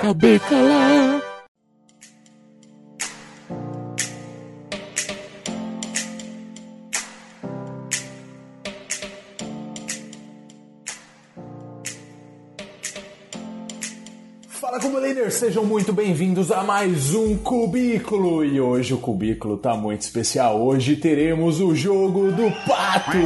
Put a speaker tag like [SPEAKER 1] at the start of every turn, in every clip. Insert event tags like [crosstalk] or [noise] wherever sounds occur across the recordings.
[SPEAKER 1] saber calar.
[SPEAKER 2] Fala Cubuliners, sejam muito bem-vindos a mais um Cubículo e hoje o Cubículo tá muito especial. Hoje teremos o jogo do pato.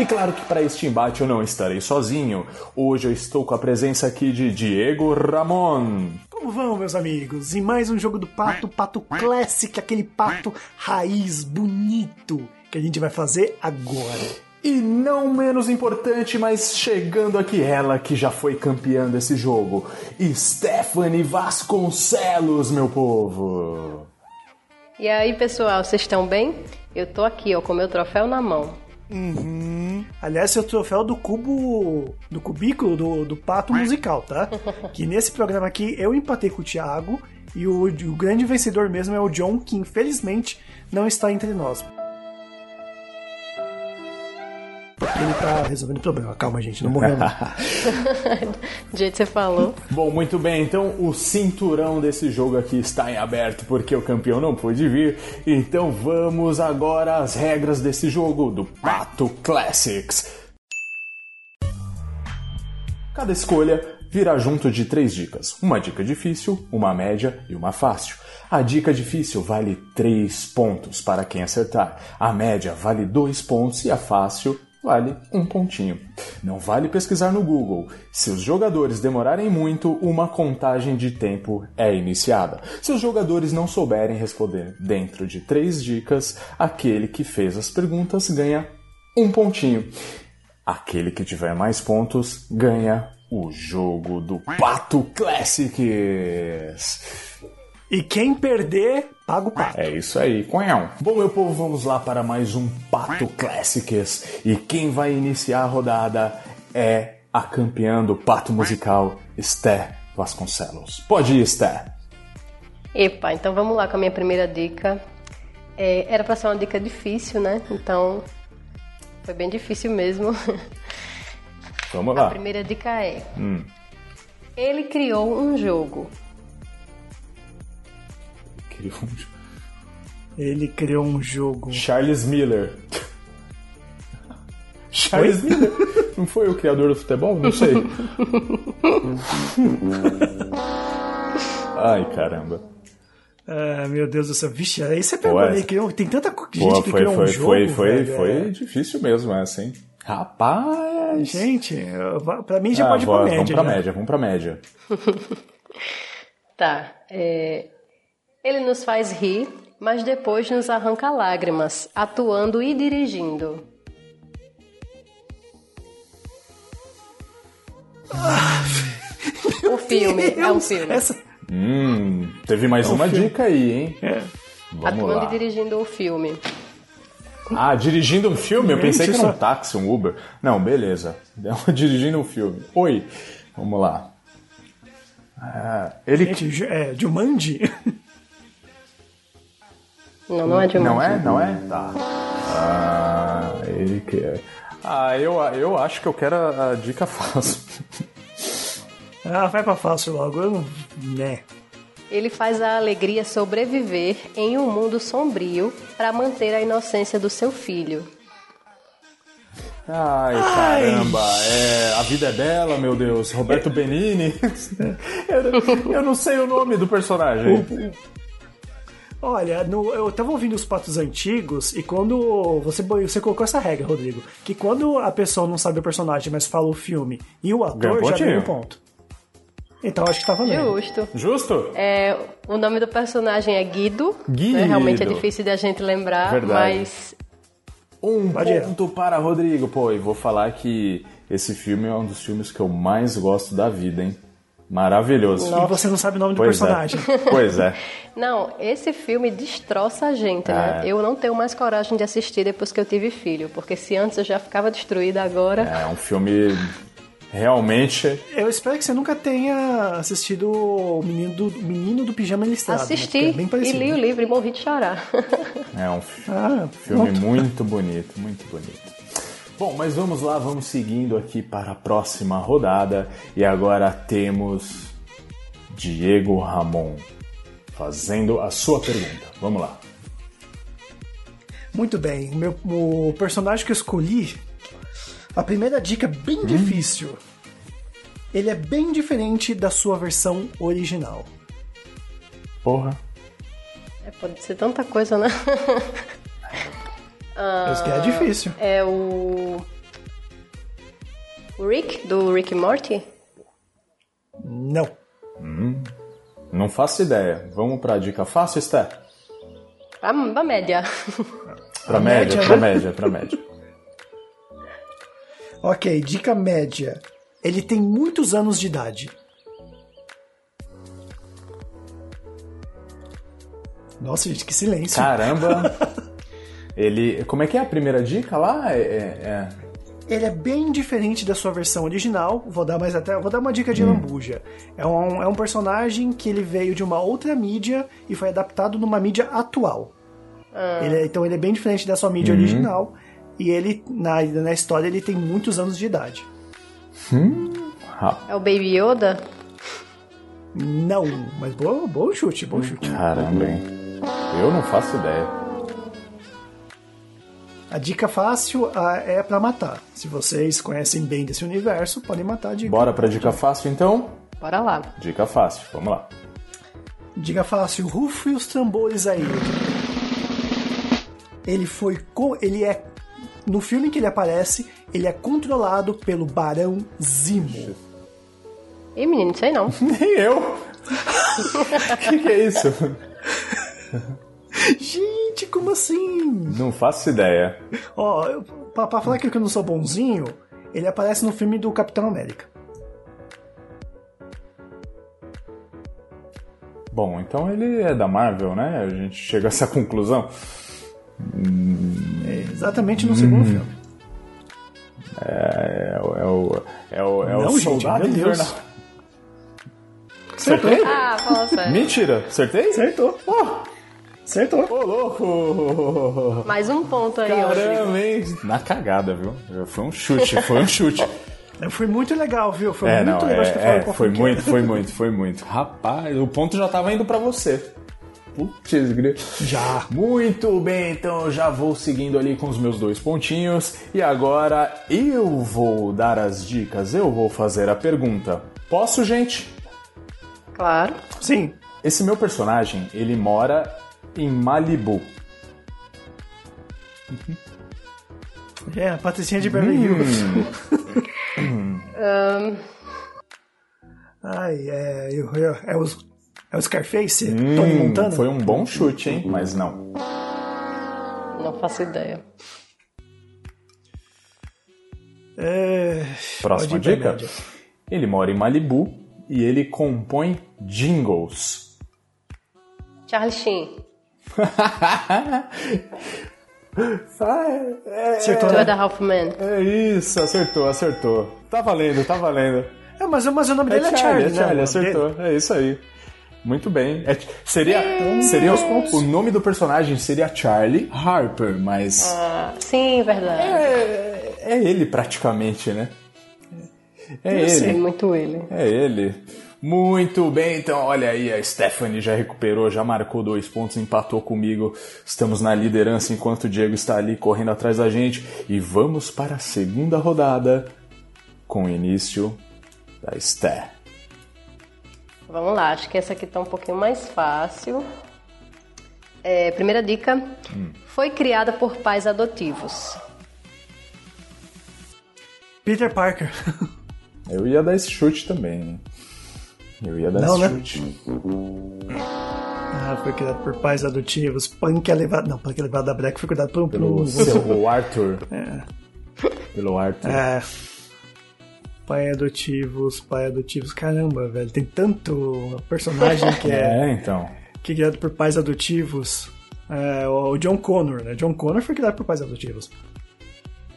[SPEAKER 2] E claro que para este embate eu não estarei sozinho. Hoje eu estou com a presença aqui de Diego Ramon.
[SPEAKER 3] Como vão, meus amigos? E mais um jogo do pato, pato classic, aquele pato raiz bonito que a gente vai fazer agora.
[SPEAKER 2] E não menos importante, mas chegando aqui ela que já foi campeã desse jogo, Stephanie Vasconcelos, meu povo.
[SPEAKER 4] E aí, pessoal, vocês estão bem? Eu tô aqui, ó, com meu troféu na mão. [laughs]
[SPEAKER 3] Aliás, esse é o troféu do cubo, do cubículo do, do pato musical, tá? Que nesse programa aqui eu empatei com o Thiago e o, o grande vencedor mesmo é o John, que infelizmente não está entre nós. Ele tá resolvendo problema. Calma, gente, não morreu não.
[SPEAKER 4] Do jeito que você falou.
[SPEAKER 2] Bom, muito bem, então o cinturão desse jogo aqui está em aberto porque o campeão não pôde vir. Então vamos agora às regras desse jogo do Pato Classics. Cada escolha virá junto de três dicas: uma dica difícil, uma média e uma fácil. A dica difícil vale três pontos para quem acertar, a média vale dois pontos e a fácil vale um pontinho. Não vale pesquisar no Google. Se os jogadores demorarem muito, uma contagem de tempo é iniciada. Se os jogadores não souberem responder dentro de três dicas, aquele que fez as perguntas ganha um pontinho. Aquele que tiver mais pontos ganha o jogo do Pato Classics.
[SPEAKER 3] E quem perder, paga o pato.
[SPEAKER 2] É isso aí, cunhão. Bom, meu povo, vamos lá para mais um Pato Classics. E quem vai iniciar a rodada é a campeã do Pato Musical, Esté Vasconcelos. Pode ir, Esté.
[SPEAKER 4] Epa, então vamos lá com a minha primeira dica. É, era pra ser uma dica difícil, né? Então foi bem difícil mesmo. [laughs]
[SPEAKER 2] Vamos
[SPEAKER 4] A
[SPEAKER 2] lá.
[SPEAKER 4] primeira dica é: ele criou um jogo.
[SPEAKER 2] um
[SPEAKER 3] Ele criou um jogo.
[SPEAKER 2] Charles Miller. [laughs] Charles Miller? Não foi o criador do futebol? Não
[SPEAKER 3] [laughs]
[SPEAKER 2] sei. Ai, caramba.
[SPEAKER 3] Ah, meu Deus do céu. Vixe, aí você pegou.
[SPEAKER 2] Ué.
[SPEAKER 3] Ele criou... Tem tanta co- gente
[SPEAKER 2] Boa,
[SPEAKER 3] que
[SPEAKER 2] foi,
[SPEAKER 3] criou um
[SPEAKER 2] foi,
[SPEAKER 3] jogo.
[SPEAKER 2] foi, foi,
[SPEAKER 3] velho. é.
[SPEAKER 2] foi difícil mesmo essa, hein? Rapaz!
[SPEAKER 3] Gente, eu- pra mim já
[SPEAKER 2] Ah,
[SPEAKER 3] pode ir pra
[SPEAKER 2] vó,
[SPEAKER 3] média.
[SPEAKER 2] Vamos pra
[SPEAKER 3] já.
[SPEAKER 2] média, vamos pra média.
[SPEAKER 4] Tá. é, ele nos faz rir, mas depois nos arranca lágrimas, atuando e dirigindo.
[SPEAKER 2] Ah,
[SPEAKER 4] o filme, é um
[SPEAKER 3] Deus,
[SPEAKER 4] filme.
[SPEAKER 3] Essa...
[SPEAKER 2] Hum, teve mais uma dica aí, hein?
[SPEAKER 3] Então É.
[SPEAKER 2] Vamos
[SPEAKER 4] Atuando
[SPEAKER 2] lá.
[SPEAKER 4] e dirigindo o filme.
[SPEAKER 2] Ah, dirigindo um filme? Eu pensei que
[SPEAKER 3] Gente,
[SPEAKER 2] era um
[SPEAKER 3] só-
[SPEAKER 2] táxi, um Uber. Não, beleza. [laughs] Dirigindo um filme. Oi, vamos lá. Ah, ele...
[SPEAKER 3] Gente, Ju- é, Jumanji? [laughs]
[SPEAKER 4] Não, não é de
[SPEAKER 2] Não
[SPEAKER 4] uma.
[SPEAKER 2] é? Não é? Tá. Ah, ele quer... Ah, eu, eu acho que eu quero a, a dica [laughs] fácil.
[SPEAKER 3] Ah, vai pra fácil logo. Eu não... Né.
[SPEAKER 4] Ele faz a alegria sobreviver em um mundo sombrio para manter a inocência do seu filho.
[SPEAKER 2] Ai,
[SPEAKER 3] Ai.
[SPEAKER 2] caramba, é, a vida é bela, meu Deus. Roberto Benini. [laughs] eu, eu não sei o nome do [laughs] personagem.
[SPEAKER 3] Olha, no- eu tava ouvindo os patos antigos e quando. Você, bo- você colocou essa regra, Rodrigo. Que quando a pessoa não sabe o personagem, mas fala o filme e o ator,
[SPEAKER 2] Ganhou
[SPEAKER 3] já
[SPEAKER 2] pontinho.
[SPEAKER 3] ganha um ponto. Então acho que tá valendo.
[SPEAKER 4] Justo.
[SPEAKER 2] Justo?
[SPEAKER 4] É, o nome do personagem é Guido.
[SPEAKER 2] Guido.
[SPEAKER 4] né? Realmente é difícil de a gente lembrar,
[SPEAKER 2] Verdade.
[SPEAKER 4] mas
[SPEAKER 2] Um
[SPEAKER 3] Pode ir.
[SPEAKER 2] ponto para Rodrigo. Pô, e vou falar que esse filme é um dos filmes que eu mais gosto da vida, hein? Maravilhoso.
[SPEAKER 3] E você não sabe o nome do
[SPEAKER 2] Pois
[SPEAKER 3] personagem.
[SPEAKER 2] É. [laughs] Pois é.
[SPEAKER 4] não, esse filme destroça a gente, né?
[SPEAKER 2] É.
[SPEAKER 4] Eu não tenho mais coragem de assistir depois que eu tive filho, porque se antes eu já ficava destruída agora,
[SPEAKER 2] É um filme realmente.
[SPEAKER 3] Eu espero que você nunca tenha assistido o Menino do, o Menino do Pijama Listrado. né?
[SPEAKER 4] assisti
[SPEAKER 3] Porque É bem
[SPEAKER 4] e
[SPEAKER 3] parecido.
[SPEAKER 4] li o livro e morri de chorar. [laughs]
[SPEAKER 2] É um filme.
[SPEAKER 3] Ah,
[SPEAKER 2] Filme
[SPEAKER 3] pronto.
[SPEAKER 2] muito bonito, muito bonito. Bom, mas vamos lá, vamos seguindo aqui para a próxima rodada. E agora temos Diego Ramon, fazendo a sua pergunta. Vamos lá.
[SPEAKER 3] Muito bem, meu, o personagem que eu escolhi, a primeira dica é bem difícil. Ele é bem diferente da sua versão original.
[SPEAKER 2] Porra.
[SPEAKER 4] É, pode ser tanta coisa, né? [laughs]
[SPEAKER 3] Isso que é difícil.
[SPEAKER 4] É o. O Rick, do Rick e Morty?
[SPEAKER 3] Não.
[SPEAKER 2] Não faço ideia. Vamos pra dica fácil, Steph?
[SPEAKER 4] A, a média. [laughs]
[SPEAKER 2] Pra média,
[SPEAKER 3] média,
[SPEAKER 2] pra
[SPEAKER 3] né?
[SPEAKER 2] média, pra
[SPEAKER 3] [laughs]
[SPEAKER 2] média.
[SPEAKER 3] Ok, dica média. Ele tem muitos anos de idade. Nossa, gente, que silêncio.
[SPEAKER 2] Caramba! Ele. Como é que é a primeira dica lá? É, é- é-
[SPEAKER 3] Ele é bem diferente da sua versão original. Vou dar mais até, vou dar uma dica de lambuja. É um, é um personagem que ele veio de uma outra mídia e foi adaptado numa mídia atual. Ele é- então ele é bem diferente da sua mídia original. E ele, na, na história, ele tem muitos anos de idade.
[SPEAKER 2] Ra-
[SPEAKER 4] É o Baby Yoda?
[SPEAKER 3] Não, mas bom, bom chute, bom chute.
[SPEAKER 2] Caramba, hein? Eu não faço ideia.
[SPEAKER 3] A dica fácil ah, é pra matar. Se vocês conhecem bem desse universo, podem matar a dica.
[SPEAKER 2] Bora pra dica fácil então?
[SPEAKER 4] Bora lá.
[SPEAKER 2] Dica fácil, vamos lá. [laughs]
[SPEAKER 3] Diga fácil, rufe os tambores aí. Ele foi co- ele é no filme em que ele aparece, ele é controlado pelo Barão Zimo.
[SPEAKER 4] Ih, menino, não sei não.
[SPEAKER 2] Nem eu! [laughs] que que é isso?
[SPEAKER 3] Gente, como assim?
[SPEAKER 2] Não faço ideia.
[SPEAKER 3] Ó, eu- pra, pra falar que eu não sou bonzinho, ele aparece no filme do Capitão América.
[SPEAKER 2] Bom, então ele é da Marvel, né? A gente chega a essa conclusão.
[SPEAKER 3] Exatamente no
[SPEAKER 2] Hum.
[SPEAKER 3] segundo filme.
[SPEAKER 2] É, o- é o. É o, é o
[SPEAKER 3] Não, gente,
[SPEAKER 2] soldado
[SPEAKER 3] meu Deus.
[SPEAKER 2] invernal. Acertei?
[SPEAKER 4] [laughs] Ah, fala sério.
[SPEAKER 2] Mentira! Acertei?
[SPEAKER 3] Acertou. Acertou.
[SPEAKER 2] Ô, louco!
[SPEAKER 4] Mais um ponto aí, ó. Rodrigo.
[SPEAKER 2] Caramba, hein? Na cagada, viu? Foi um chute, foi um [laughs] chute.
[SPEAKER 3] Foi muito legal, viu? Foi
[SPEAKER 2] é,
[SPEAKER 3] muito
[SPEAKER 2] não, é,
[SPEAKER 3] legal acho que eu falei
[SPEAKER 2] é,
[SPEAKER 3] qual
[SPEAKER 2] foi
[SPEAKER 3] que é.
[SPEAKER 2] muito, foi muito, foi muito. Rapaz, o ponto já tava indo pra você. Putz, grilo.
[SPEAKER 3] Já.
[SPEAKER 2] Muito bem, então eu já vou seguindo ali com os meus dois pontinhos. E agora eu vou dar as dicas, eu vou fazer a pergunta. Posso, gente?
[SPEAKER 4] Claro.
[SPEAKER 3] Sim.
[SPEAKER 2] Esse meu personagem, ele mora em Malibu.
[SPEAKER 3] É, a Patricinha de Beverly
[SPEAKER 2] Hum.
[SPEAKER 3] Hills.
[SPEAKER 4] Ahn,
[SPEAKER 3] Ai, é, eu- eu- é, o, é o Scarface? Tony Montana?
[SPEAKER 2] Foi um bom chute, hein? Mas não.
[SPEAKER 4] não faço ideia.
[SPEAKER 3] É,
[SPEAKER 2] um Próxima
[SPEAKER 3] pode ir
[SPEAKER 2] dica.
[SPEAKER 3] pra média.
[SPEAKER 2] Ele mora em Malibu e ele compõe jingles. [laughs]
[SPEAKER 4] Charlie Sheen.
[SPEAKER 2] Ah, é,
[SPEAKER 3] Acertou,
[SPEAKER 4] Tu é
[SPEAKER 3] né?
[SPEAKER 4] da Halfman.
[SPEAKER 2] é isso, acertou, acertou. Tá valendo, tá valendo.
[SPEAKER 3] É, mas, o- mas o nome
[SPEAKER 2] É
[SPEAKER 3] dele é
[SPEAKER 2] Charlie, é
[SPEAKER 3] Charlie, né?
[SPEAKER 2] Charlie,
[SPEAKER 3] O nome
[SPEAKER 2] acertou. É isso aí. Muito bem. É- seria seria o, o nome do personagem seria Charlie Harper, mas
[SPEAKER 4] Ah, sim, verdade.
[SPEAKER 2] é, é ele praticamente, né? É
[SPEAKER 4] É
[SPEAKER 2] ele.
[SPEAKER 4] muito ele.
[SPEAKER 2] É ele. Muito bem, então olha aí, a Stephanie já recuperou, já marcou dois pontos, empatou comigo. Estamos na liderança enquanto o Diego está ali correndo atrás da gente. E vamos para a segunda rodada com o início da Steph.
[SPEAKER 4] Vamos lá, acho que essa aqui tá um pouquinho mais fácil. É, primeira dica: foi criada por pais adotivos.
[SPEAKER 3] Peter Parker. [laughs]
[SPEAKER 2] Eu ia dar esse chute também. né? Eu ia dar
[SPEAKER 3] Não,
[SPEAKER 2] esse
[SPEAKER 3] né?
[SPEAKER 2] chute.
[SPEAKER 3] ah, foi criado por pais adotivos. Punk é levado... Não, Punk é levado da Black foi cuidado por um... Por um
[SPEAKER 2] Pelo seu Arthur. Pelo Arthur.
[SPEAKER 3] é... Pai adotivos, pai adotivos. Caramba, velho, tem tanto personagem que
[SPEAKER 2] [laughs]
[SPEAKER 3] é...
[SPEAKER 2] É, então.
[SPEAKER 3] que é criado por pais adotivos. É, o o John Connor, né? John Connor foi criado por pais adotivos.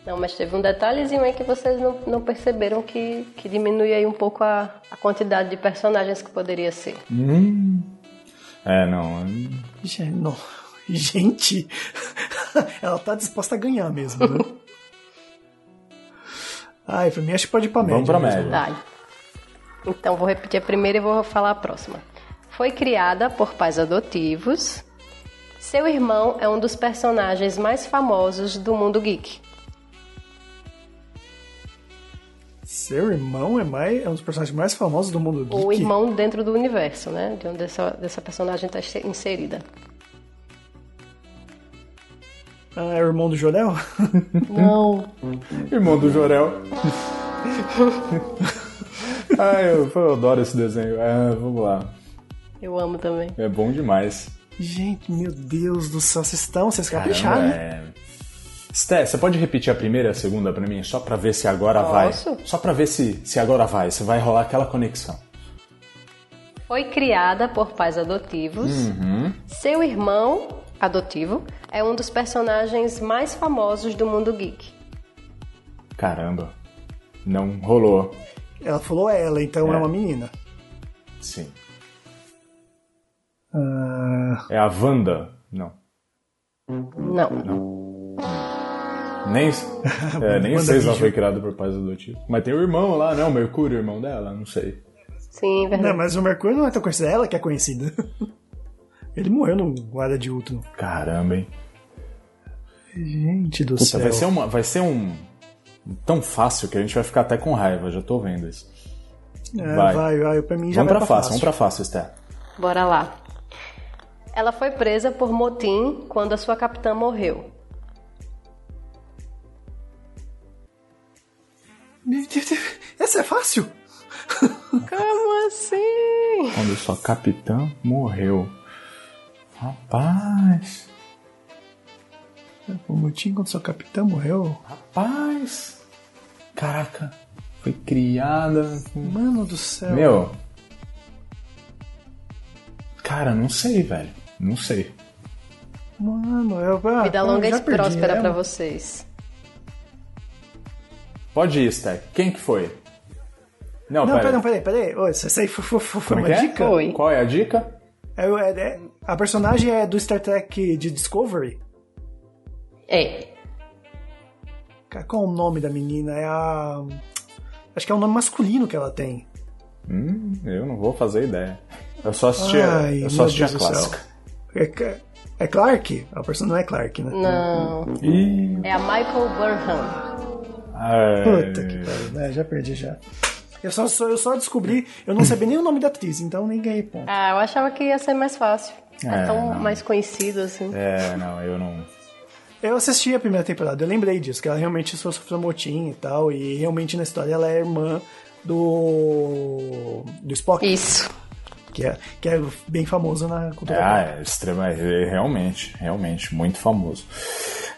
[SPEAKER 4] Não, mas teve um detalhezinho aí que vocês não, não perceberam que, que diminui aí um pouco a, a quantidade de personagens que poderia ser.
[SPEAKER 2] É, não.
[SPEAKER 3] Ge- não. [laughs] Gente, [laughs] ela tá disposta a ganhar mesmo, né?
[SPEAKER 2] [laughs]
[SPEAKER 3] Ai, pra mim acho que pode ir pra média.
[SPEAKER 2] Vamos pra
[SPEAKER 3] mesmo.
[SPEAKER 2] média.
[SPEAKER 4] Tá. Então vou repetir a primeira e vou falar a próxima. Foi criada por pais adotivos. Seu irmão é um dos personagens mais famosos do mundo geek.
[SPEAKER 3] Seu irmão é, mais, é um dos personagens mais famosos do mundo geek.
[SPEAKER 4] O irmão dentro do universo, né? De onde essa, dessa personagem está inserida.
[SPEAKER 3] Ah, é o irmão do Jorel? [laughs] Então?
[SPEAKER 4] Não.
[SPEAKER 2] Irmão do Jorel. [laughs] ah, eu, eu adoro esse desenho. Ah, vamos lá.
[SPEAKER 4] Eu amo também.
[SPEAKER 2] É bom demais.
[SPEAKER 3] Gente, meu Deus do céu, vocês estão, vocês capricharam. né?
[SPEAKER 2] É. Sté, você pode repetir a primeira e a segunda pra mim? Só pra ver se agora
[SPEAKER 4] Posso?
[SPEAKER 2] vai. Só pra ver se, se agora vai, se vai rolar aquela conexão.
[SPEAKER 4] Foi criada por pais adotivos.
[SPEAKER 3] Uhum.
[SPEAKER 4] Seu irmão adotivo é um dos personagens mais famosos do mundo geek.
[SPEAKER 2] Caramba. Não rolou.
[SPEAKER 3] Ela falou ela, então é,
[SPEAKER 2] É.
[SPEAKER 3] uma menina.
[SPEAKER 2] Sim.
[SPEAKER 3] Ah,
[SPEAKER 2] É a Wanda? Não.
[SPEAKER 4] Não.
[SPEAKER 2] Nem, [laughs] é, nem sei se ela
[SPEAKER 3] WandaVision.
[SPEAKER 2] foi criada por pais adotivos. Mas tem o irmão lá, né? O Mercúrio, irmão dela, não sei.
[SPEAKER 4] Sim,
[SPEAKER 3] não,
[SPEAKER 4] verdade.
[SPEAKER 3] mas o Mercúrio não é tão conhecido, é ela que é conhecida. [laughs] Ele morreu no Guarda de Ultron.
[SPEAKER 2] Caramba, hein?
[SPEAKER 3] Gente do
[SPEAKER 2] Puta,
[SPEAKER 3] céu.
[SPEAKER 2] vai ser, uma, vai ser um. Tão fácil que a gente vai ficar até com raiva, já tô vendo isso.
[SPEAKER 3] É,
[SPEAKER 2] um- vai.
[SPEAKER 3] vai. vai, Pra mim já
[SPEAKER 2] Vamos
[SPEAKER 3] vai
[SPEAKER 2] pra fácil, vamos pra fácil, Esther.
[SPEAKER 4] Bora lá. Ela foi presa por motim quando a sua capitã morreu.
[SPEAKER 3] Meu Deus, Essa é fácil? Ah,
[SPEAKER 4] Como assim?
[SPEAKER 2] Quando sua capitã morreu. Rapaz,
[SPEAKER 3] O motim quando seu capitão morreu.
[SPEAKER 2] rapaz. Caraca, foi criada.
[SPEAKER 3] Mano do céu.
[SPEAKER 2] Meu. Cara, não sei, velho. Não sei.
[SPEAKER 3] Mano, eu. Ah,
[SPEAKER 4] Vida
[SPEAKER 3] pô,
[SPEAKER 4] longa
[SPEAKER 3] já
[SPEAKER 4] e
[SPEAKER 3] perdi,
[SPEAKER 4] próspera
[SPEAKER 3] né?
[SPEAKER 4] pra vocês.
[SPEAKER 2] Pode ir, Esther. Quem que foi? Não,
[SPEAKER 3] Não,
[SPEAKER 2] pera.
[SPEAKER 3] peraí, peraí, peraí. Ô, Isso isso aí foi, foi- foi- foi
[SPEAKER 2] Como é
[SPEAKER 3] uma
[SPEAKER 2] que é?
[SPEAKER 3] dica?
[SPEAKER 4] Foi.
[SPEAKER 2] Qual é a dica?
[SPEAKER 3] É, é, é- a personagem é do Star Trek de Discovery?
[SPEAKER 4] É.
[SPEAKER 3] Cara, Qual é o nome da menina? É a. Acho que é o nome masculino que ela tem.
[SPEAKER 2] Hum, eu não vou fazer ideia. Eu só assisti, a-
[SPEAKER 3] Ai,
[SPEAKER 2] eu
[SPEAKER 3] meu
[SPEAKER 2] só assisti a
[SPEAKER 3] Deus do céu.
[SPEAKER 2] clássica.
[SPEAKER 3] É, Ca- é Clark? A personagem não é Clark, né?
[SPEAKER 4] Não.
[SPEAKER 2] Ih,
[SPEAKER 4] É a Michael Burnham.
[SPEAKER 2] ai.
[SPEAKER 3] Puta
[SPEAKER 2] É.
[SPEAKER 3] que pariu. né? já perdi já. Eu só, só- eu só descobri, eu não sabia nem o nome da atriz, então nem ganhei ponto.
[SPEAKER 4] Ah, eu achava que ia ser mais fácil. É,
[SPEAKER 2] É,
[SPEAKER 4] tão
[SPEAKER 2] não.
[SPEAKER 4] mais conhecido assim.
[SPEAKER 2] É, não, eu não.
[SPEAKER 3] Eu assisti a primeira temporada, eu lembrei disso, que ela realmente só sofreu motim e tal, e realmente na história ela é irmã do. do Spock,
[SPEAKER 4] Isso.
[SPEAKER 3] que é, que é bem famoso na cultura.
[SPEAKER 2] Ah,
[SPEAKER 3] pop.
[SPEAKER 2] é extrema, é, realmente, realmente, muito famoso.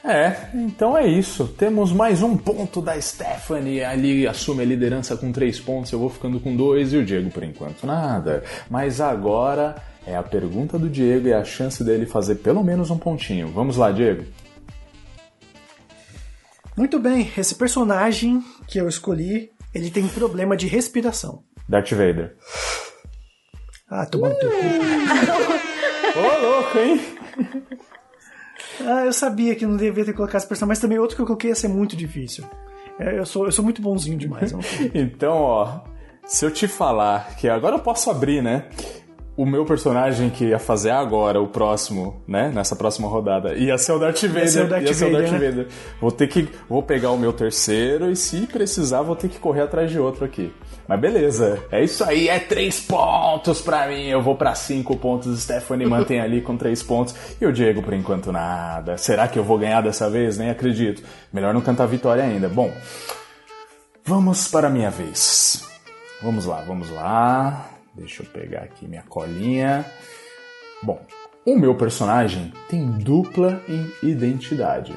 [SPEAKER 2] É, então é isso. Temos mais um ponto da Stephanie ali, assume a liderança com três pontos, eu vou ficando com dois e o Diego por enquanto nada. Mas agora é a pergunta do Diego e é a chance dele fazer pelo menos um pontinho. Vamos lá, Diego.
[SPEAKER 3] Muito bem, esse personagem que eu escolhi, ele tem problema de respiração.
[SPEAKER 2] Darth Vader.
[SPEAKER 3] Ah, tomando teu cu.
[SPEAKER 2] Ô, louco, hein?
[SPEAKER 3] Ah, eu sabia que não devia ter colocado esse personagem, mas também outro que eu coloquei ia ser muito difícil. É, eu, sou, eu sou muito bonzinho demais. eu não sei.
[SPEAKER 2] Então, ó, se eu te falar que agora eu posso abrir, né? O meu personagem que ia fazer agora, o próximo, né? Nessa próxima rodada, ia ser o Darth Vader.
[SPEAKER 3] ser o Darth Vader, né?
[SPEAKER 2] Vader. Vou ter que. Vou pegar o meu terceiro e se precisar, vou ter que correr atrás de outro aqui. Mas beleza, é isso aí, é três pontos pra mim. Eu vou pra cinco pontos. Stephanie mantém ali com três pontos. E o Diego, por enquanto, nada. Será que eu vou ganhar dessa vez? Nem acredito. Melhor não cantar vitória ainda. Bom, Vamos para a minha vez. Vamos lá, vamos lá. Deixa eu pegar aqui minha colinha. Bom, o meu personagem tem dupla em identidade.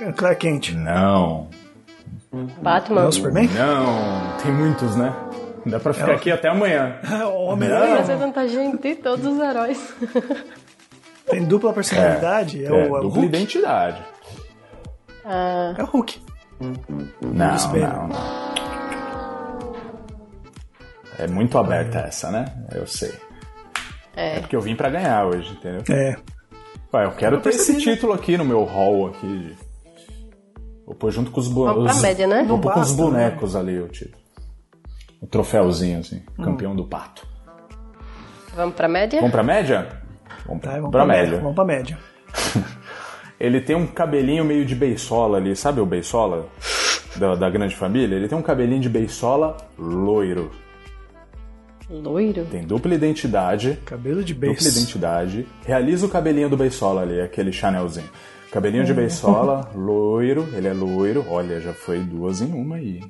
[SPEAKER 3] É, Clark Kent.
[SPEAKER 2] Não,
[SPEAKER 4] Batman.
[SPEAKER 3] Não, Superman?
[SPEAKER 2] não, tem muitos, né? Dá pra
[SPEAKER 3] É
[SPEAKER 2] ficar aqui até amanhã.
[SPEAKER 3] Homem,
[SPEAKER 2] Não.
[SPEAKER 4] Mas é tanta gente, todos os heróis. [laughs]
[SPEAKER 3] tem dupla personalidade? É,
[SPEAKER 2] É,
[SPEAKER 3] o, é o
[SPEAKER 2] dupla
[SPEAKER 3] Hulk?
[SPEAKER 2] identidade.
[SPEAKER 4] Ah,
[SPEAKER 3] É o Hulk.
[SPEAKER 2] Não,
[SPEAKER 3] espelho.
[SPEAKER 2] não, não. É muito aberta essa, né? Eu sei.
[SPEAKER 4] é.
[SPEAKER 2] Porque eu vim pra ganhar hoje, entendeu?
[SPEAKER 3] É.
[SPEAKER 2] Ué, eu quero ter esse
[SPEAKER 3] percebi, né?
[SPEAKER 2] título aqui no meu hall aqui de Eu pus junto com os, bo-
[SPEAKER 4] Vamos pra
[SPEAKER 2] os-
[SPEAKER 4] média, né?
[SPEAKER 2] eu
[SPEAKER 4] Não
[SPEAKER 2] pus com os
[SPEAKER 3] basta, né?
[SPEAKER 2] bonecos ali o título. O troféuzinho, assim.
[SPEAKER 3] Hum.
[SPEAKER 2] Campeão do pato.
[SPEAKER 4] Vamos pra média?
[SPEAKER 2] Vamos pra média? Vamos
[SPEAKER 3] Tá,
[SPEAKER 2] pra,
[SPEAKER 3] vamos
[SPEAKER 2] pra média.
[SPEAKER 3] Vamos pra média.
[SPEAKER 2] Ele tem um cabelinho meio de beisola ali, sabe o beisola da, da grande família? Ele tem um cabelinho de beisola loiro.
[SPEAKER 4] Loiro?
[SPEAKER 2] Tem dupla identidade.
[SPEAKER 3] Cabelo de
[SPEAKER 2] Dupla
[SPEAKER 3] beijo.
[SPEAKER 2] identidade. Realiza o cabelinho do beisola ali, aquele Chanelzinho. Cabelinho de beisola, loiro, ele é loiro. Olha, já foi duas em uma aí.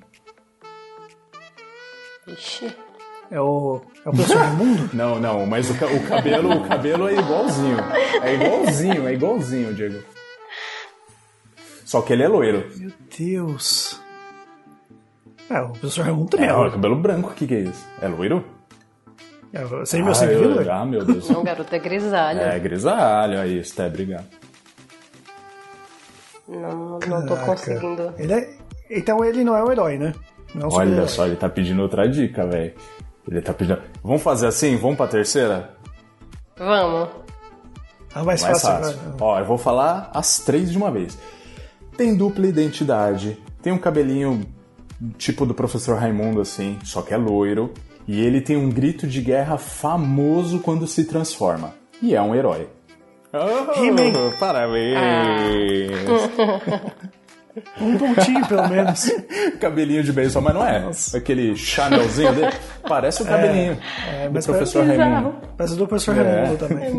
[SPEAKER 4] Ixi.
[SPEAKER 3] É o, é
[SPEAKER 2] [laughs]
[SPEAKER 3] o professor Raimundo?
[SPEAKER 2] Não, não, mas o, ca- o cabelo, o cabelo é igualzinho. É igualzinho, é igualzinho, Diego. Só que ele é loiro.
[SPEAKER 3] Meu Deus. É, o professor Raimundo também
[SPEAKER 2] É,
[SPEAKER 3] é
[SPEAKER 2] olha,
[SPEAKER 3] louco.
[SPEAKER 2] cabelo branco, o que, que é isso? É loiro?
[SPEAKER 3] É, Você meu
[SPEAKER 2] ah,
[SPEAKER 3] sem
[SPEAKER 2] eu-
[SPEAKER 3] vírgula?
[SPEAKER 2] ah, meu Deus.
[SPEAKER 4] Não, garota é grisalha.
[SPEAKER 2] É, grisalho, aí, Sté, obrigado.
[SPEAKER 4] Não, não tô
[SPEAKER 3] Caraca.
[SPEAKER 4] conseguindo.
[SPEAKER 3] Ele é- Então ele não é um herói, né? Não é um
[SPEAKER 2] Olha
[SPEAKER 3] super-herói.
[SPEAKER 2] só, ele tá pedindo outra dica, velho. Ele tá pedindo. Vamos fazer assim? Vamos pra terceira?
[SPEAKER 4] Vamos.
[SPEAKER 3] Ah, mais,
[SPEAKER 2] Mais
[SPEAKER 3] fácil.
[SPEAKER 2] fácil.
[SPEAKER 3] vai.
[SPEAKER 2] Ó, eu vou falar as três de uma vez. Tem dupla identidade, tem um cabelinho tipo do professor Raimundo, assim, só que é loiro. E ele tem um grito de guerra famoso quando se transforma. E é um herói.
[SPEAKER 3] He-Man.
[SPEAKER 2] Oh, parabéns!
[SPEAKER 3] Um pontinho, pelo menos.
[SPEAKER 2] [laughs] cabelinho de beisebol, mas não é. Aquele chanelzinho dele. Parece o cabelinho do
[SPEAKER 3] mas
[SPEAKER 2] professor Raimundo.
[SPEAKER 3] Mas o do professor
[SPEAKER 2] É.
[SPEAKER 3] Raimundo também.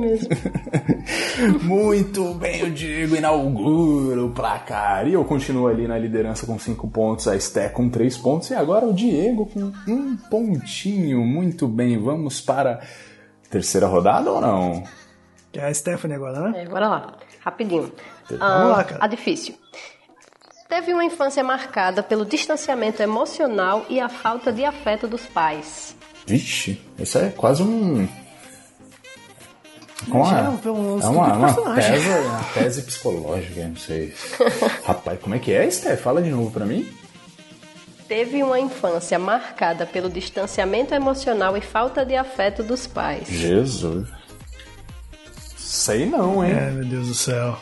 [SPEAKER 2] [laughs] Muito bem, o Diego inaugura o placar. E eu continuo ali na liderança com cinco pontos, a Sté com três pontos e agora o Diego com um pontinho. Muito bem, vamos para terceira rodada ou não?
[SPEAKER 3] Que é a Stephanie agora, né?
[SPEAKER 4] É, bora lá. Rapidinho.
[SPEAKER 3] Vamos lá, cara.
[SPEAKER 4] A difícil. Teve uma infância marcada pelo distanciamento emocional e a falta de afeto dos pais.
[SPEAKER 2] Vixe, isso é quase um. Como
[SPEAKER 3] Já
[SPEAKER 2] é?
[SPEAKER 3] é um-
[SPEAKER 2] É
[SPEAKER 3] um
[SPEAKER 2] uma, uma
[SPEAKER 3] personagem.
[SPEAKER 2] tese, uma tese psicológica, não
[SPEAKER 3] [laughs]
[SPEAKER 2] sei. Rapaz, como é que é, Sté? Fala de novo pra mim.
[SPEAKER 4] Teve uma infância marcada pelo distanciamento emocional e falta de afeto dos pais.
[SPEAKER 2] Jesus. Sei não, hein?
[SPEAKER 3] É, meu Deus do céu.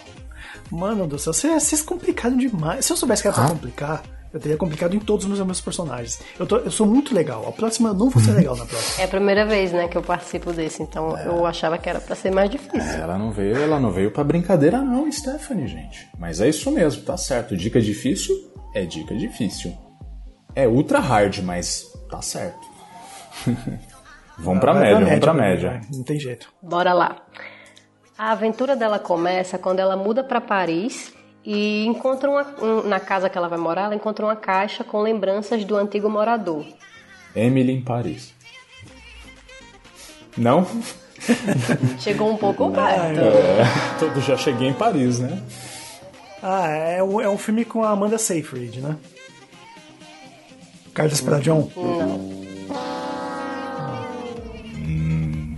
[SPEAKER 3] Mano do céu, vocês, vocês complicaram demais. Se eu soubesse que era pra complicar, eu teria complicado em todos os meus, meus personagens. Eu, tô- eu sou muito legal. A próxima eu não vou ser legal na próxima.
[SPEAKER 4] É a primeira vez, né, que eu participo desse, então
[SPEAKER 3] É.
[SPEAKER 4] eu achava que era pra ser mais difícil.
[SPEAKER 2] Ela não veio, ela não veio pra brincadeira não, Stephanie, gente. Mas é isso mesmo, tá certo. Dica difícil é dica difícil. É ultra hard, mas tá certo. [laughs] vamos pra
[SPEAKER 3] Vai
[SPEAKER 2] média, vamos pra
[SPEAKER 3] vai
[SPEAKER 2] média.
[SPEAKER 3] vai. Não tem jeito.
[SPEAKER 4] Bora lá. A aventura dela começa quando ela muda pra Paris e encontra uma, um- na casa que ela vai morar, ela encontra uma caixa com lembranças do antigo morador.
[SPEAKER 2] Emily em Paris. Não?
[SPEAKER 4] Chegou um pouco perto.
[SPEAKER 2] É, [laughs] todo já cheguei em Paris, né?
[SPEAKER 3] Ah, é um, é um filme com a Amanda Seyfried, né? Cartas para John?
[SPEAKER 4] Não.
[SPEAKER 3] Hum.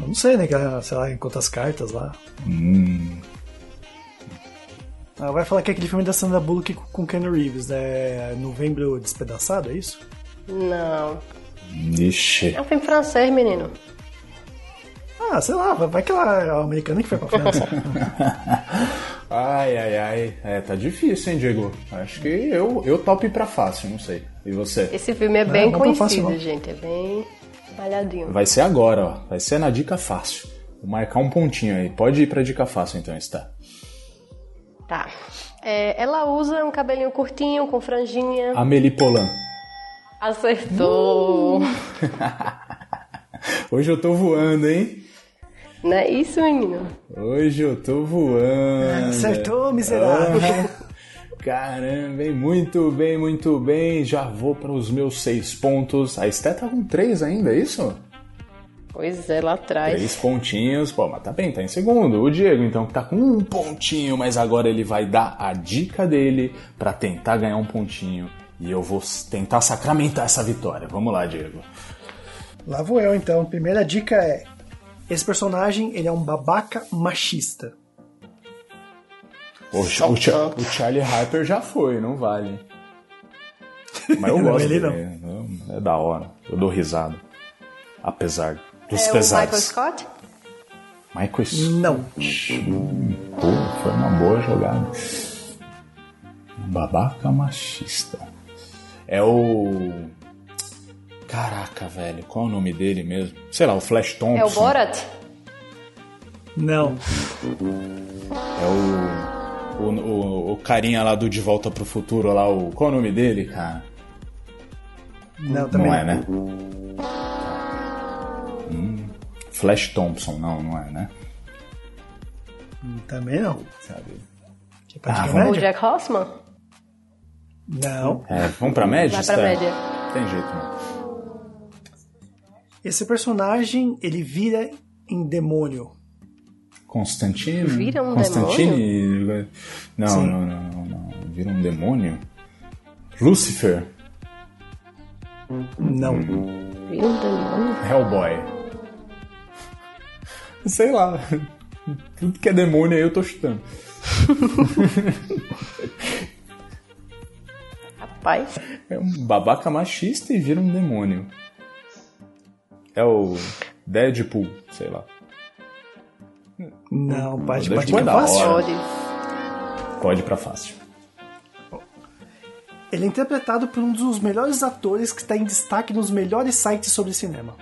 [SPEAKER 3] Eu não sei, né? Que ela, sei lá, encontra as cartas lá.
[SPEAKER 4] Hum.
[SPEAKER 3] Ah, vai falar que é aquele filme da Sandra Bullock com- com Ken Reeves, né? Novembro Despedaçado, é isso?
[SPEAKER 4] Não.
[SPEAKER 2] Ixi.
[SPEAKER 4] É um filme francês, menino.
[SPEAKER 3] Ah, sei lá, vai vai que ela é a americana que foi pra França.
[SPEAKER 2] Ai, ai, ai. É, tá difícil, hein, Diego? Acho que eu, eu topo ir pra fácil, não sei. E você?
[SPEAKER 4] Esse filme é bem
[SPEAKER 3] não tá
[SPEAKER 4] conhecido,
[SPEAKER 3] fácil, não.
[SPEAKER 4] gente. É bem malhadinho.
[SPEAKER 2] Vai ser agora, ó. Vai ser na dica fácil. Vou marcar um pontinho aí. Pode ir pra dica fácil então, está.
[SPEAKER 4] Tá. É, ela usa um cabelinho curtinho, com franjinha.
[SPEAKER 2] Amelie Polan.
[SPEAKER 4] Acertou.
[SPEAKER 2] [laughs] Hoje eu tô voando, hein?
[SPEAKER 4] Não é isso, menino?
[SPEAKER 2] Hoje eu tô voando.
[SPEAKER 3] Acertou, miserável.
[SPEAKER 2] Ah, Caramba, hein? Muito bem, muito bem. Já vou para os meus seis pontos. A Esté tá com três ainda, é isso?
[SPEAKER 4] Pois é, lá atrás.
[SPEAKER 2] Três pontinhos. Pô, mas tá bem, tá em segundo. O Diego, então, que tá com um pontinho, mas agora ele vai dar a dica dele pra tentar ganhar um pontinho. E eu vou s- tentar sacramentar essa vitória. Vamos lá, Diego.
[SPEAKER 3] lá vou eu, então. Primeira dica é... Esse personagem, ele é um babaca machista.
[SPEAKER 2] O, Cha-
[SPEAKER 3] um
[SPEAKER 2] o Cha- o Charlie Harper já foi, não vale. Mas eu
[SPEAKER 3] [laughs] Não,
[SPEAKER 2] gosto
[SPEAKER 3] ele
[SPEAKER 2] dele. É da hora. Eu dou risada. Apesar dos
[SPEAKER 4] é o Michael
[SPEAKER 2] pesares.
[SPEAKER 4] Scott?
[SPEAKER 2] Michael Scott.
[SPEAKER 3] Não.
[SPEAKER 2] Pô, foi uma boa jogada. Babaca machista. É o. Caraca, velho, qual é o nome dele mesmo? Sei lá, o Flash Thompson.
[SPEAKER 4] É o Borat?
[SPEAKER 3] Não.
[SPEAKER 2] É o, o, o, o carinha lá do De Volta pro Futuro lá, o. Qual é o nome dele, cara?
[SPEAKER 3] Não, também.
[SPEAKER 2] Não é, né? Hum, Flash Thompson, não, não é, né?
[SPEAKER 3] Também não.
[SPEAKER 2] Sabe?
[SPEAKER 3] Que é pra
[SPEAKER 2] né? Ah,
[SPEAKER 3] de
[SPEAKER 2] vamos-
[SPEAKER 4] O
[SPEAKER 3] comédia?
[SPEAKER 4] Jack Horseman?
[SPEAKER 3] Não.
[SPEAKER 2] É, vamos pra média?
[SPEAKER 4] Vai pra
[SPEAKER 2] Stan?
[SPEAKER 4] média.
[SPEAKER 2] Tem jeito, né? não.
[SPEAKER 3] Esse personagem, ele vira em demônio.
[SPEAKER 2] Constantino?
[SPEAKER 4] Vira um
[SPEAKER 2] Constantine? Não,
[SPEAKER 3] Sim.
[SPEAKER 2] não, não, não, não. Vira um demônio? Lucifer?
[SPEAKER 3] Não.
[SPEAKER 4] Vira um demônio?
[SPEAKER 2] Hellboy? Sei lá. Tudo que é demônio aí eu tô chutando.
[SPEAKER 4] Rapaz.
[SPEAKER 2] É um babaca machista e vira um demônio. É o Deadpool, sei lá.
[SPEAKER 3] Não, pode,
[SPEAKER 2] Deadpool
[SPEAKER 3] pode ficar
[SPEAKER 2] é da
[SPEAKER 3] fácil.
[SPEAKER 2] hora.
[SPEAKER 4] Pode.
[SPEAKER 2] Pode ir pra fácil.
[SPEAKER 3] Ele é interpretado por um dos melhores atores que está em destaque nos melhores sites sobre cinema.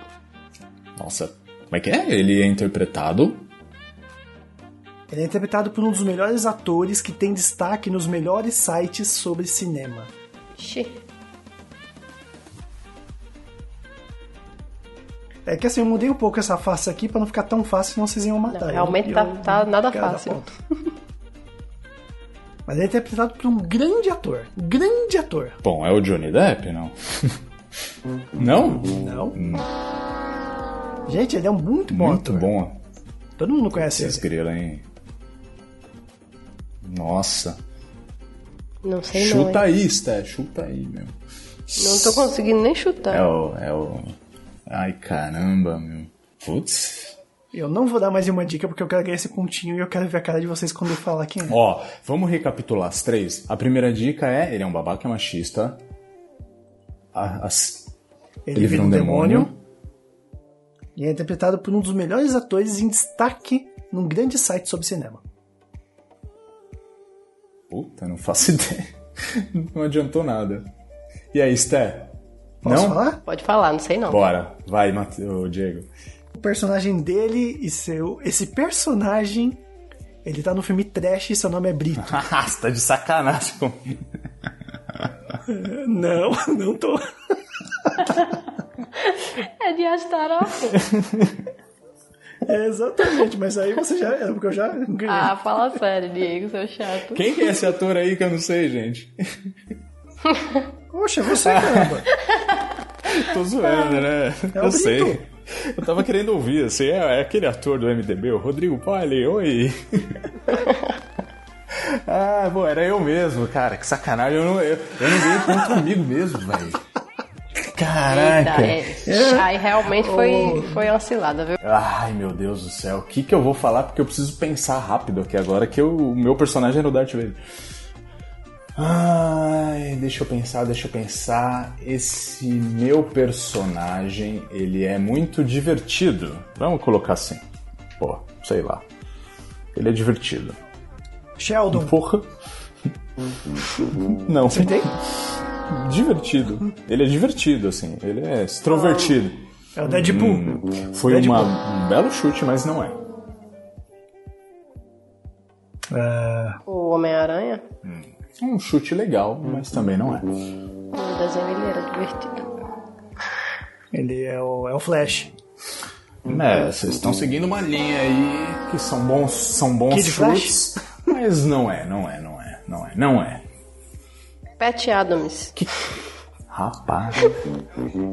[SPEAKER 2] Nossa, como é que é? Ele é interpretado
[SPEAKER 3] Ele é interpretado por um dos melhores atores que tem destaque nos melhores sites sobre cinema.
[SPEAKER 4] Ixi.
[SPEAKER 3] É que assim, eu mudei um pouco essa face aqui pra não ficar tão fácil, senão vocês iam matar.
[SPEAKER 4] Não,
[SPEAKER 3] eu.
[SPEAKER 4] realmente
[SPEAKER 3] Eu-
[SPEAKER 4] tá- tá nada
[SPEAKER 3] quero dar
[SPEAKER 4] fácil.
[SPEAKER 3] ponto. Mas ele é interpretado por um grande ator. Grande ator.
[SPEAKER 2] Bom, é o Johnny Depp, não? [laughs] não?
[SPEAKER 3] Não? Gente, ele é um muito bom
[SPEAKER 2] Muito
[SPEAKER 3] ator.
[SPEAKER 2] bom.
[SPEAKER 3] Todo mundo conhece
[SPEAKER 2] Vocês
[SPEAKER 3] ele.
[SPEAKER 2] grilam, hein? Nossa.
[SPEAKER 4] Não sei não.
[SPEAKER 2] chuta
[SPEAKER 4] hein?
[SPEAKER 2] aí, Sté. Chuta aí, meu.
[SPEAKER 4] Não tô conseguindo nem chutar.
[SPEAKER 2] É o... É o... Ai, caramba, meu. Putz.
[SPEAKER 3] Eu não vou dar mais uma dica porque eu quero ganhar esse pontinho e eu quero ver a cara de vocês quando eu falar quem é.
[SPEAKER 2] Ó, vamos recapitular as três. A primeira dica é... Ele é um babaca machista. A- as- Ele vira um demônio.
[SPEAKER 3] E é interpretado por um dos melhores atores em destaque num grande site sobre cinema.
[SPEAKER 2] Puta, não faço [laughs] ideia. Não adiantou nada. E aí, Sté?
[SPEAKER 3] Posso
[SPEAKER 2] não?
[SPEAKER 3] falar?
[SPEAKER 4] Pode falar, não sei não.
[SPEAKER 2] Bora. Vai, Mate... ô, Diego.
[SPEAKER 3] O personagem dele e seu. Esse personagem. Ele tá no filme Trash e seu nome é Brito.
[SPEAKER 2] Você [laughs] tá de sacanagem comigo.
[SPEAKER 3] não, [laughs] não tô.
[SPEAKER 4] É de Astaroth.
[SPEAKER 3] É, exatamente, mas aí você já era, porque eu já ganhei.
[SPEAKER 4] ah, fala sério, Diego, seu chato.
[SPEAKER 2] Quem que é esse ator aí que eu não sei, gente?
[SPEAKER 3] Poxa, é você caramba.
[SPEAKER 2] Tô zoando, né?
[SPEAKER 3] É o
[SPEAKER 2] eu sei.
[SPEAKER 3] Brito.
[SPEAKER 2] Eu tava querendo ouvir, assim, é, é aquele ator do MDB, o Rodrigo Pali, oi! [laughs] ah, bom, era eu mesmo, cara, que sacanagem, eu não, eu, eu não ganhei ponto comigo mesmo, velho. Caraca!
[SPEAKER 4] Eita, Oh. é. Aí realmente foi, foi uma cilada, viu?
[SPEAKER 2] Ai, meu Deus do céu, o que que eu vou falar? Porque eu preciso pensar rápido aqui agora, que eu- o meu personagem era o Darth Vader. Ai, deixa eu pensar, deixa eu pensar. Esse meu personagem, ele é muito divertido. Vamos colocar assim. Pô, sei lá. Ele é divertido.
[SPEAKER 3] Sheldon,
[SPEAKER 2] Porra. Não,
[SPEAKER 3] acertei?
[SPEAKER 2] divertido. Ele é divertido, assim. Ele é extrovertido.
[SPEAKER 3] É
[SPEAKER 2] Hum.
[SPEAKER 3] o Deadpool.
[SPEAKER 2] Foi
[SPEAKER 3] Deadpool.
[SPEAKER 2] uma, um belo chute, mas não é.
[SPEAKER 3] Ah,
[SPEAKER 4] O Homem-Aranha,
[SPEAKER 2] Um chute legal, mas também não é.
[SPEAKER 4] o desenho ele era divertido.
[SPEAKER 3] ele é o, é o Flash.
[SPEAKER 2] É, vocês estão seguindo uma linha aí que são bons, são bons
[SPEAKER 3] Kid
[SPEAKER 2] chutes, mas não é, não é, não é, não é, não é.
[SPEAKER 4] Pat Adams.
[SPEAKER 2] Rapaz,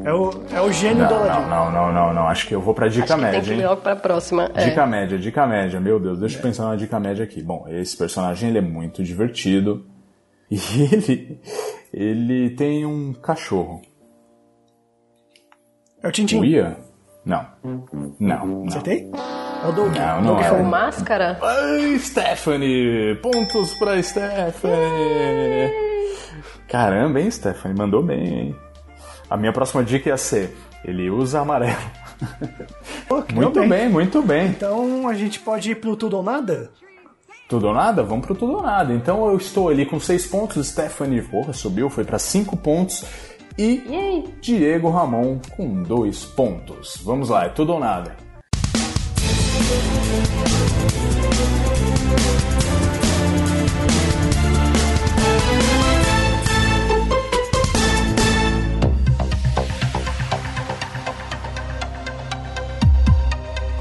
[SPEAKER 3] É o, é o gênio
[SPEAKER 2] não,
[SPEAKER 3] do
[SPEAKER 2] não,
[SPEAKER 3] Aladdin.
[SPEAKER 2] não, não, não, não, acho que eu vou pra dica
[SPEAKER 4] Acho que tem que
[SPEAKER 2] média,
[SPEAKER 4] ir
[SPEAKER 2] hein?
[SPEAKER 4] logo pra próxima. É.
[SPEAKER 2] Dica média, dica média, meu Deus, deixa eu pensar numa dica média aqui. Bom, esse personagem ele é muito divertido e [laughs] ele, ele tem um cachorro.
[SPEAKER 3] É o Tintin.
[SPEAKER 2] O Ia? Não, não, não.
[SPEAKER 3] Acertei? É o Doug.
[SPEAKER 2] Não, não
[SPEAKER 3] Doug
[SPEAKER 2] é.
[SPEAKER 4] Foi
[SPEAKER 3] Frum.
[SPEAKER 4] o Máscara?
[SPEAKER 2] Ai, Stephanie! Pontos pra Stephanie! Caramba, hein, Stephanie? Mandou bem, hein? A minha próxima dica ia ser: ele usa amarelo.
[SPEAKER 3] Pô, que
[SPEAKER 2] [laughs] Muito
[SPEAKER 3] deu
[SPEAKER 2] bem. muito bem.
[SPEAKER 3] Então a gente pode ir pro tudo ou nada?
[SPEAKER 2] Tudo ou nada? Vamos pro tudo ou nada. Então eu estou ali com seis pontos, Stephanie porra, subiu, foi para cinco pontos. E
[SPEAKER 4] Yay!
[SPEAKER 2] Diego Ramon com dois pontos. Vamos lá, é tudo ou nada.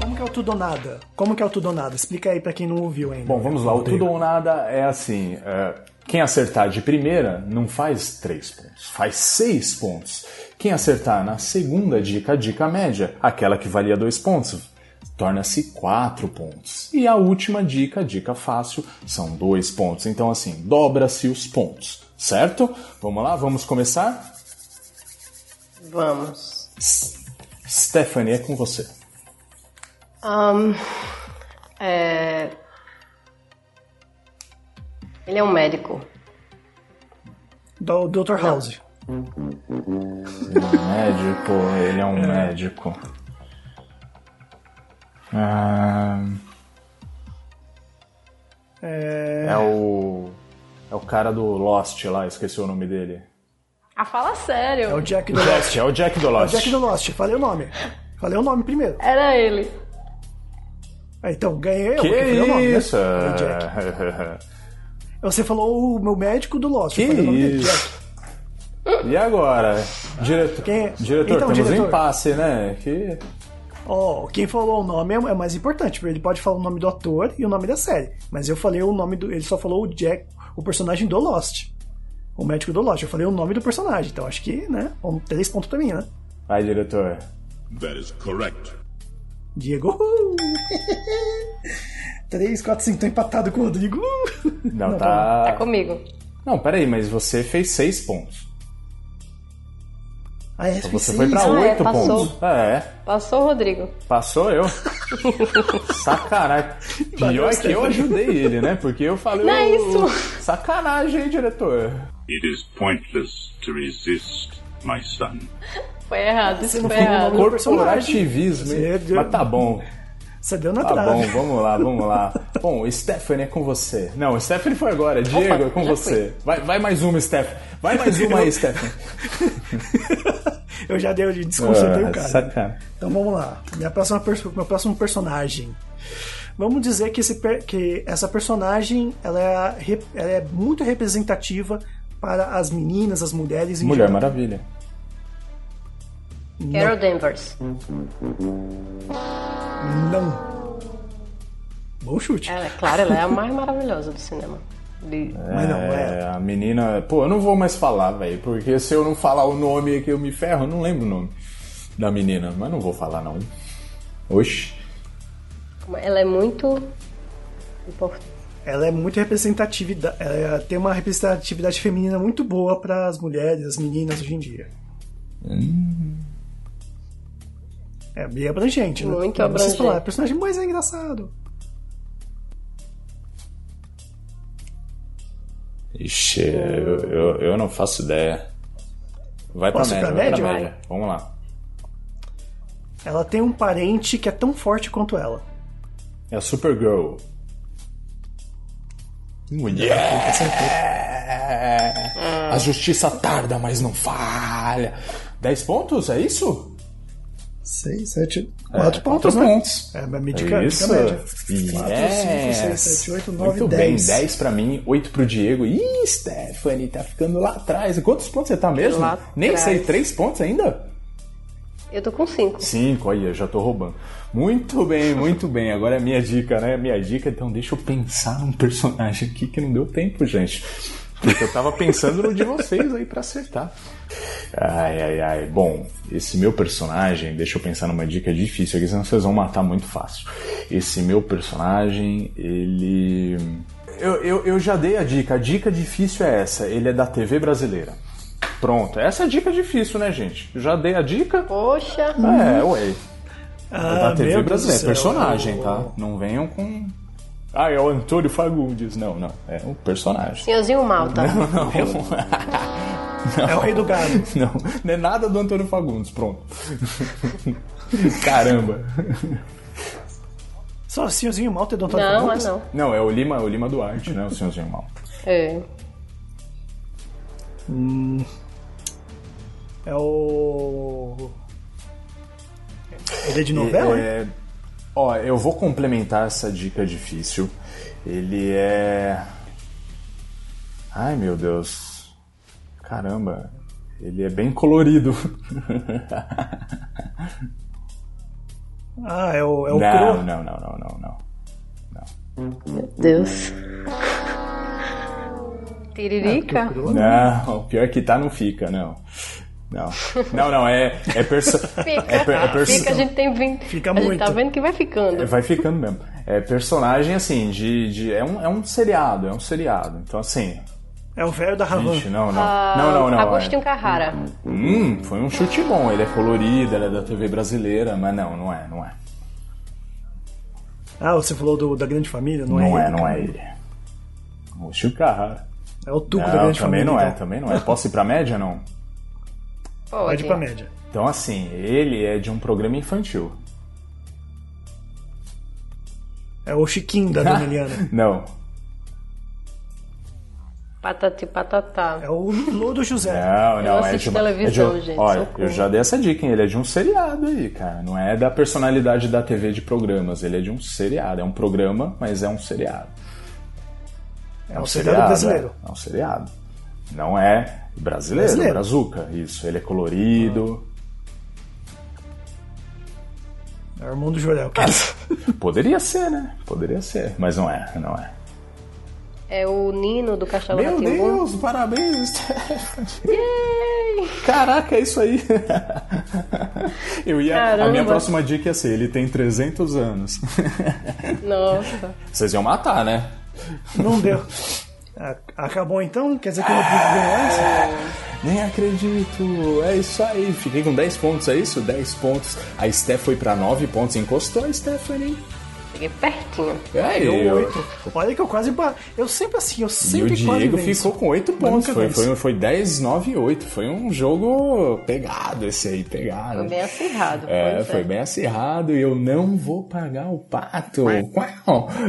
[SPEAKER 3] Como que é o tudo ou nada? Como que é o tudo ou nada? Explica aí pra quem não ouviu ainda.
[SPEAKER 2] Bom, vamos lá. O
[SPEAKER 3] Rodrigo.
[SPEAKER 2] tudo ou nada é assim: é, quem acertar de primeira não faz três pontos, faz seis pontos. Quem acertar na segunda dica, a dica média, aquela que valia dois pontos, torna-se quatro pontos. E a última dica, a dica fácil, são dois pontos. Então, assim, dobra-se os pontos, certo? Vamos lá, vamos começar?
[SPEAKER 4] Vamos.
[SPEAKER 2] Stephanie, é com você.
[SPEAKER 4] Ahn, é... Ele é um médico.
[SPEAKER 3] Do Dr. House.
[SPEAKER 2] Médico, ele é um médico. Ah,
[SPEAKER 3] É...
[SPEAKER 2] é o. É o cara do Lost lá, esqueci o nome dele.
[SPEAKER 4] Ah, fala
[SPEAKER 3] é o
[SPEAKER 4] sério.
[SPEAKER 3] Jack do Lost.
[SPEAKER 2] É o Jack do Lost.
[SPEAKER 3] Jack do Lost, falei o nome. Falei o nome primeiro.
[SPEAKER 4] Era ele.
[SPEAKER 3] Ah, então, ganhei eu,
[SPEAKER 2] Que
[SPEAKER 3] porque eu falei o nome, né?
[SPEAKER 2] isso?
[SPEAKER 3] É
[SPEAKER 2] [laughs]
[SPEAKER 3] o Jack. Você falou o meu médico do Lost.
[SPEAKER 2] Que
[SPEAKER 3] eu falei é o nome dele, Jack.
[SPEAKER 2] isso? E agora? Diretor,
[SPEAKER 3] Quem é?
[SPEAKER 2] diretor
[SPEAKER 3] Então,
[SPEAKER 2] temos um
[SPEAKER 3] diretor.
[SPEAKER 2] impasse, né? Que...
[SPEAKER 3] Ó, quem falou o nome é é mais importante, porque ele pode falar o nome do ator e o nome da série. Mas eu falei o nome do. Ele só falou o Jack, o personagem do Lost. O médico do Lost. Eu falei o nome do personagem. Então acho que, né? Um, três pontos pra mim, né?
[SPEAKER 2] Vai, diretor.
[SPEAKER 1] That is correct.
[SPEAKER 2] [laughs]
[SPEAKER 3] Diego. 3, 4, 5, tô empatado com o Rodrigo.
[SPEAKER 2] Não,
[SPEAKER 4] Tá
[SPEAKER 3] É
[SPEAKER 2] tá.
[SPEAKER 4] comigo.
[SPEAKER 2] Não, peraí, mas você fez seis pontos.
[SPEAKER 3] Ah, é, fiz
[SPEAKER 2] Então Você foi pra
[SPEAKER 3] seis.
[SPEAKER 4] Ah, é,
[SPEAKER 2] oito
[SPEAKER 4] passou.
[SPEAKER 2] pontos. É.
[SPEAKER 4] Passou o Rodrigo.
[SPEAKER 2] Passou eu. Sacanagem. Pior que eu ajudei ele, né? Porque eu falei.
[SPEAKER 4] Não é
[SPEAKER 2] "Ô,
[SPEAKER 4] isso."
[SPEAKER 2] Sacanagem, hein, diretor?
[SPEAKER 1] It is pointless to resist, my son.
[SPEAKER 4] Foi errado, isso foi
[SPEAKER 3] foi um
[SPEAKER 4] errado.
[SPEAKER 3] valor- personagem.
[SPEAKER 2] Corporativismo, hein?
[SPEAKER 3] Você-
[SPEAKER 2] Mas tá bom.
[SPEAKER 3] Você deu na
[SPEAKER 2] Tá bom,
[SPEAKER 3] trave.
[SPEAKER 2] vamos lá, vamos lá. Bom, Stephanie é com você. Não, Stephanie foi agora. Diego, é com
[SPEAKER 4] já
[SPEAKER 2] você. Vai, vai mais uma, Stephanie. Vai mais uma aí, Stephanie.
[SPEAKER 3] [laughs] eu já dei, eu
[SPEAKER 2] Ah,
[SPEAKER 3] desconcertei o cara.
[SPEAKER 2] Sacanagem.
[SPEAKER 3] Então vamos lá. Minha próxima perso- meu próximo personagem. Vamos dizer que, esse per- que essa personagem ela é, a rep- ela é muito representativa para as meninas, as mulheres em
[SPEAKER 2] Mulher
[SPEAKER 3] geral.
[SPEAKER 2] Maravilha.
[SPEAKER 4] Carol Danvers.
[SPEAKER 3] Não. Bom chute.
[SPEAKER 4] Ela, é claro, ela é a mais maravilhosa do cinema. De-
[SPEAKER 3] Mas não, é.
[SPEAKER 2] É, a menina. Pô, eu não vou mais falar, velho. Porque se eu não falar o nome que eu me ferro, eu não lembro o nome da menina. Mas não vou falar, não. Oxi.
[SPEAKER 4] Ela é muito importante.
[SPEAKER 3] Ela é muito representativa. Ela é, tem uma representatividade feminina muito boa para as mulheres, as meninas hoje em dia.
[SPEAKER 4] Hum.
[SPEAKER 3] É bem abrangente, né?
[SPEAKER 4] Muito
[SPEAKER 3] Não precisa
[SPEAKER 4] abrangente.
[SPEAKER 3] falar, É o personagem mais engraçado.
[SPEAKER 2] Ixi, eu, eu, eu não faço ideia. Vai pra
[SPEAKER 3] Posso ir
[SPEAKER 2] média,
[SPEAKER 3] pra
[SPEAKER 2] vai pra
[SPEAKER 3] média?
[SPEAKER 2] média. Vamos lá.
[SPEAKER 3] Ela tem um parente que é tão forte quanto ela.
[SPEAKER 2] É a Supergirl. Mulher! A justiça tarda, mas não falha. 10 pontos, é isso?
[SPEAKER 3] 6, 7, 4 pontos,
[SPEAKER 2] É, quatro
[SPEAKER 3] né?
[SPEAKER 2] pontos.
[SPEAKER 3] É, a médica,
[SPEAKER 2] Isso.
[SPEAKER 3] média. 4,
[SPEAKER 2] Yes.
[SPEAKER 3] 5, 6, 7, 8, 9,
[SPEAKER 2] Muito
[SPEAKER 3] 10.
[SPEAKER 2] bem, 10 pra mim, 8 pro Diego. Ih, Stephanie, tá ficando lá atrás. Quantos pontos você tá mesmo?
[SPEAKER 4] Lá
[SPEAKER 2] Nem
[SPEAKER 4] atrás.
[SPEAKER 2] sei, 3 pontos ainda?
[SPEAKER 4] Eu tô com cinco.
[SPEAKER 2] 5, olha, já tô roubando. Muito bem, muito bem. Agora é minha dica, né? Minha dica, então deixa eu pensar num personagem aqui que não deu tempo, gente. Porque eu tava pensando no de vocês aí pra acertar. Ai, ai, ai. Bom, esse meu personagem, deixa eu pensar numa dica difícil aqui, senão vocês vão matar muito fácil. Esse meu personagem, ele. Eu, eu, eu já dei a dica. A dica difícil é essa. Ele é da TV brasileira. Pronto. Essa é a dica difícil, né, gente? Já dei a dica.
[SPEAKER 4] Poxa,
[SPEAKER 2] É, ué. É
[SPEAKER 3] Ah,
[SPEAKER 2] da TV
[SPEAKER 3] meu Deus
[SPEAKER 2] brasileira,
[SPEAKER 3] do
[SPEAKER 2] é
[SPEAKER 3] céu.
[SPEAKER 2] personagem, tá? Não venham com. Ah, é o Antônio Fagundes. Não, não. É um personagem. [laughs]
[SPEAKER 4] senhorzinho Malta.
[SPEAKER 2] Não,
[SPEAKER 3] É o rei do gado.
[SPEAKER 2] não. Não é nada do Antônio [laughs] Fagundes, pronto. Caramba.
[SPEAKER 3] Só o senhorzinho Malta é do Antônio
[SPEAKER 4] Não, é
[SPEAKER 3] Fagundes?
[SPEAKER 4] não.
[SPEAKER 2] Não, é o Lima, o Lima Duarte, né? O senhorzinho mal.
[SPEAKER 4] É.
[SPEAKER 3] É o. Ele é de novela, né?
[SPEAKER 2] É, ó, eu vou complementar essa dica difícil. Ele é. Ai meu Deus. Caramba. Ele é bem colorido.
[SPEAKER 3] Ah, é o, é o
[SPEAKER 2] não,
[SPEAKER 3] Cro.
[SPEAKER 2] não, não, não, não, não.
[SPEAKER 4] Meu Deus. Tiririca?
[SPEAKER 2] Não, pior que tá, não fica, não. Não, não, não é, é, perso...
[SPEAKER 4] [laughs] Fica.
[SPEAKER 2] é, per- é perso-
[SPEAKER 4] Fica, a gente tem vindo.
[SPEAKER 3] Fica
[SPEAKER 4] a gente
[SPEAKER 3] muito.
[SPEAKER 4] tá vendo que vai ficando.
[SPEAKER 2] É, Vai ficando mesmo. É personagem, assim, de. de é, um, é um seriado, é um seriado. Então, assim.
[SPEAKER 3] É o velho da Havan.
[SPEAKER 2] Gente, não, não.
[SPEAKER 4] Ah,
[SPEAKER 2] não, não, não.
[SPEAKER 4] Agostinho Carrara.
[SPEAKER 2] é. Hum, foi um chute bom. Ele é colorido, ele é da TV brasileira, mas não, não é, não é.
[SPEAKER 3] Ah, você falou do, da Grande Família? Não,
[SPEAKER 2] Não
[SPEAKER 3] é,
[SPEAKER 2] é,
[SPEAKER 3] ele,
[SPEAKER 2] não
[SPEAKER 3] cara.
[SPEAKER 2] é ele. O Chico Carrara.
[SPEAKER 3] É o Tuco da
[SPEAKER 2] Não,
[SPEAKER 3] Grande
[SPEAKER 2] também
[SPEAKER 3] Família.
[SPEAKER 2] não é,
[SPEAKER 3] então.
[SPEAKER 2] também não é. Posso ir pra média, não?
[SPEAKER 3] Pode ir pra média.
[SPEAKER 2] Então, assim, ele é de um programa infantil.
[SPEAKER 3] É o
[SPEAKER 2] [laughs]
[SPEAKER 3] Chiquinho da Dona Eliana.
[SPEAKER 2] Não,
[SPEAKER 4] Patati patatá.
[SPEAKER 3] É o Lô do José.
[SPEAKER 2] Não, não, é
[SPEAKER 4] assisto
[SPEAKER 2] de uma,
[SPEAKER 4] televisão,
[SPEAKER 2] é de,
[SPEAKER 4] gente,
[SPEAKER 2] Olha,
[SPEAKER 4] socorro.
[SPEAKER 2] eu já dei essa dica, hein? Ele é de um seriado aí, cara. Não é da personalidade da TV de programas. Ele é de um seriado. É um programa, mas é um seriado.
[SPEAKER 3] É, o seriado brasileiro.
[SPEAKER 2] É, é um seriado. Não é brasileiro,
[SPEAKER 3] Brasileiro.
[SPEAKER 2] brasileiro. brazuca. Isso, ele é colorido.
[SPEAKER 3] É o irmão do Jorel. cara.
[SPEAKER 2] É.
[SPEAKER 4] Ah.
[SPEAKER 2] Poderia ser, né? Poderia ser, mas não é, não é.
[SPEAKER 4] É o Nino do Castelo
[SPEAKER 2] Meu
[SPEAKER 4] Rá-Tim-Bum.
[SPEAKER 2] Deus, parabéns, [laughs] Stephanie. Caraca, é isso aí. [laughs] Eu ia, a minha
[SPEAKER 4] Caramba.
[SPEAKER 2] próxima dica ia ser, ele tem 300 anos. [laughs]
[SPEAKER 4] Nossa.
[SPEAKER 2] Vocês iam matar, né?
[SPEAKER 3] Não deu. A- Acabou então? Quer dizer que eu não pude ganhar
[SPEAKER 2] Ah, Nem acredito. É isso aí. Fiquei com 10 pontos, é isso? 10 pontos. A Steph foi pra 9 pontos. Encostou a Stephanie.
[SPEAKER 4] Cheguei pertinho.
[SPEAKER 2] E aí,
[SPEAKER 3] Deu
[SPEAKER 2] eu-
[SPEAKER 3] É, oito. Olha que eu quase. ba- Eu sempre assim, eu
[SPEAKER 2] E o
[SPEAKER 3] sempre quase.
[SPEAKER 2] Diego
[SPEAKER 3] venço.
[SPEAKER 2] ficou com 8 pontos.
[SPEAKER 3] nunca
[SPEAKER 2] Foi,
[SPEAKER 3] venço.
[SPEAKER 2] foi, foi 10, 9 e 8. Foi um jogo pegado esse aí, pegado.
[SPEAKER 4] Foi bem acirrado.
[SPEAKER 2] É,
[SPEAKER 4] pois
[SPEAKER 2] foi bem acirrado e eu não vou pagar o pato. Qual? [laughs]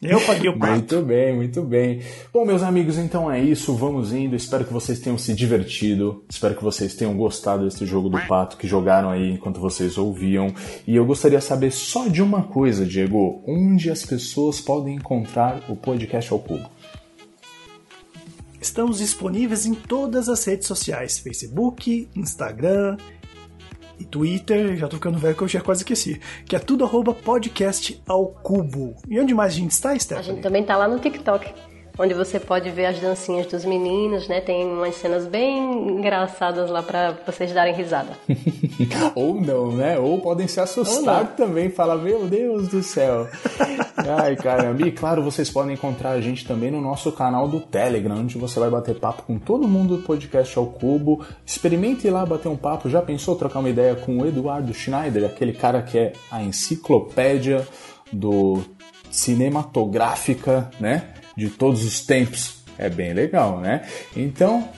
[SPEAKER 3] Eu paguei o pato.
[SPEAKER 2] Muito bem, muito bem. Bom, meus amigos, então é isso. Vamos indo. Espero que vocês tenham se divertido. Espero que vocês tenham gostado desse jogo do pato que jogaram aí enquanto vocês ouviam. E eu gostaria de saber só de uma coisa, Diego: onde as pessoas podem encontrar o podcast ao cubo?
[SPEAKER 3] Estamos disponíveis em todas as redes sociais: Facebook, Instagram e Twitter. Já tô ficando velho que eu já quase esqueci. Que é tudo arroba podcast ao cubo. E onde mais a gente está,
[SPEAKER 4] A gente
[SPEAKER 3] Stephanie?
[SPEAKER 4] também tá lá no TikTok, onde você pode ver as dancinhas dos meninos, né? Tem umas cenas bem engraçadas lá pra vocês
[SPEAKER 2] [laughs]
[SPEAKER 4] darem risada.
[SPEAKER 2] Ou não, né? Ou podem se
[SPEAKER 4] Ou
[SPEAKER 2] assustar também, falar, meu Deus do céu. Ai, caramba. E claro, vocês podem encontrar a gente também no nosso canal do Telegram, onde você vai bater papo com todo mundo do podcast ao cubo. Experimente ir lá bater um papo. Já pensou trocar uma ideia com o Eduardo Schneider, aquele cara que é a enciclopédia do cinematográfica, né? De todos os tempos. É bem legal, né? Então,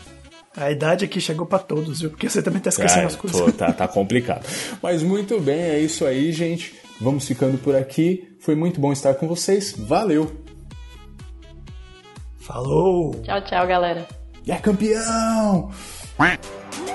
[SPEAKER 3] A idade aqui chegou pra todos, viu? Porque você também tá esquecendo
[SPEAKER 2] Cara,
[SPEAKER 3] as coisas.
[SPEAKER 2] tô- tá, tá complicado. Mas muito bem, é isso aí, gente. Vamos ficando por aqui. Foi muito bom estar com vocês. Valeu!
[SPEAKER 3] Falou!
[SPEAKER 4] Tchau, tchau, galera.
[SPEAKER 2] E é campeão!
[SPEAKER 1] quack.
[SPEAKER 5] Now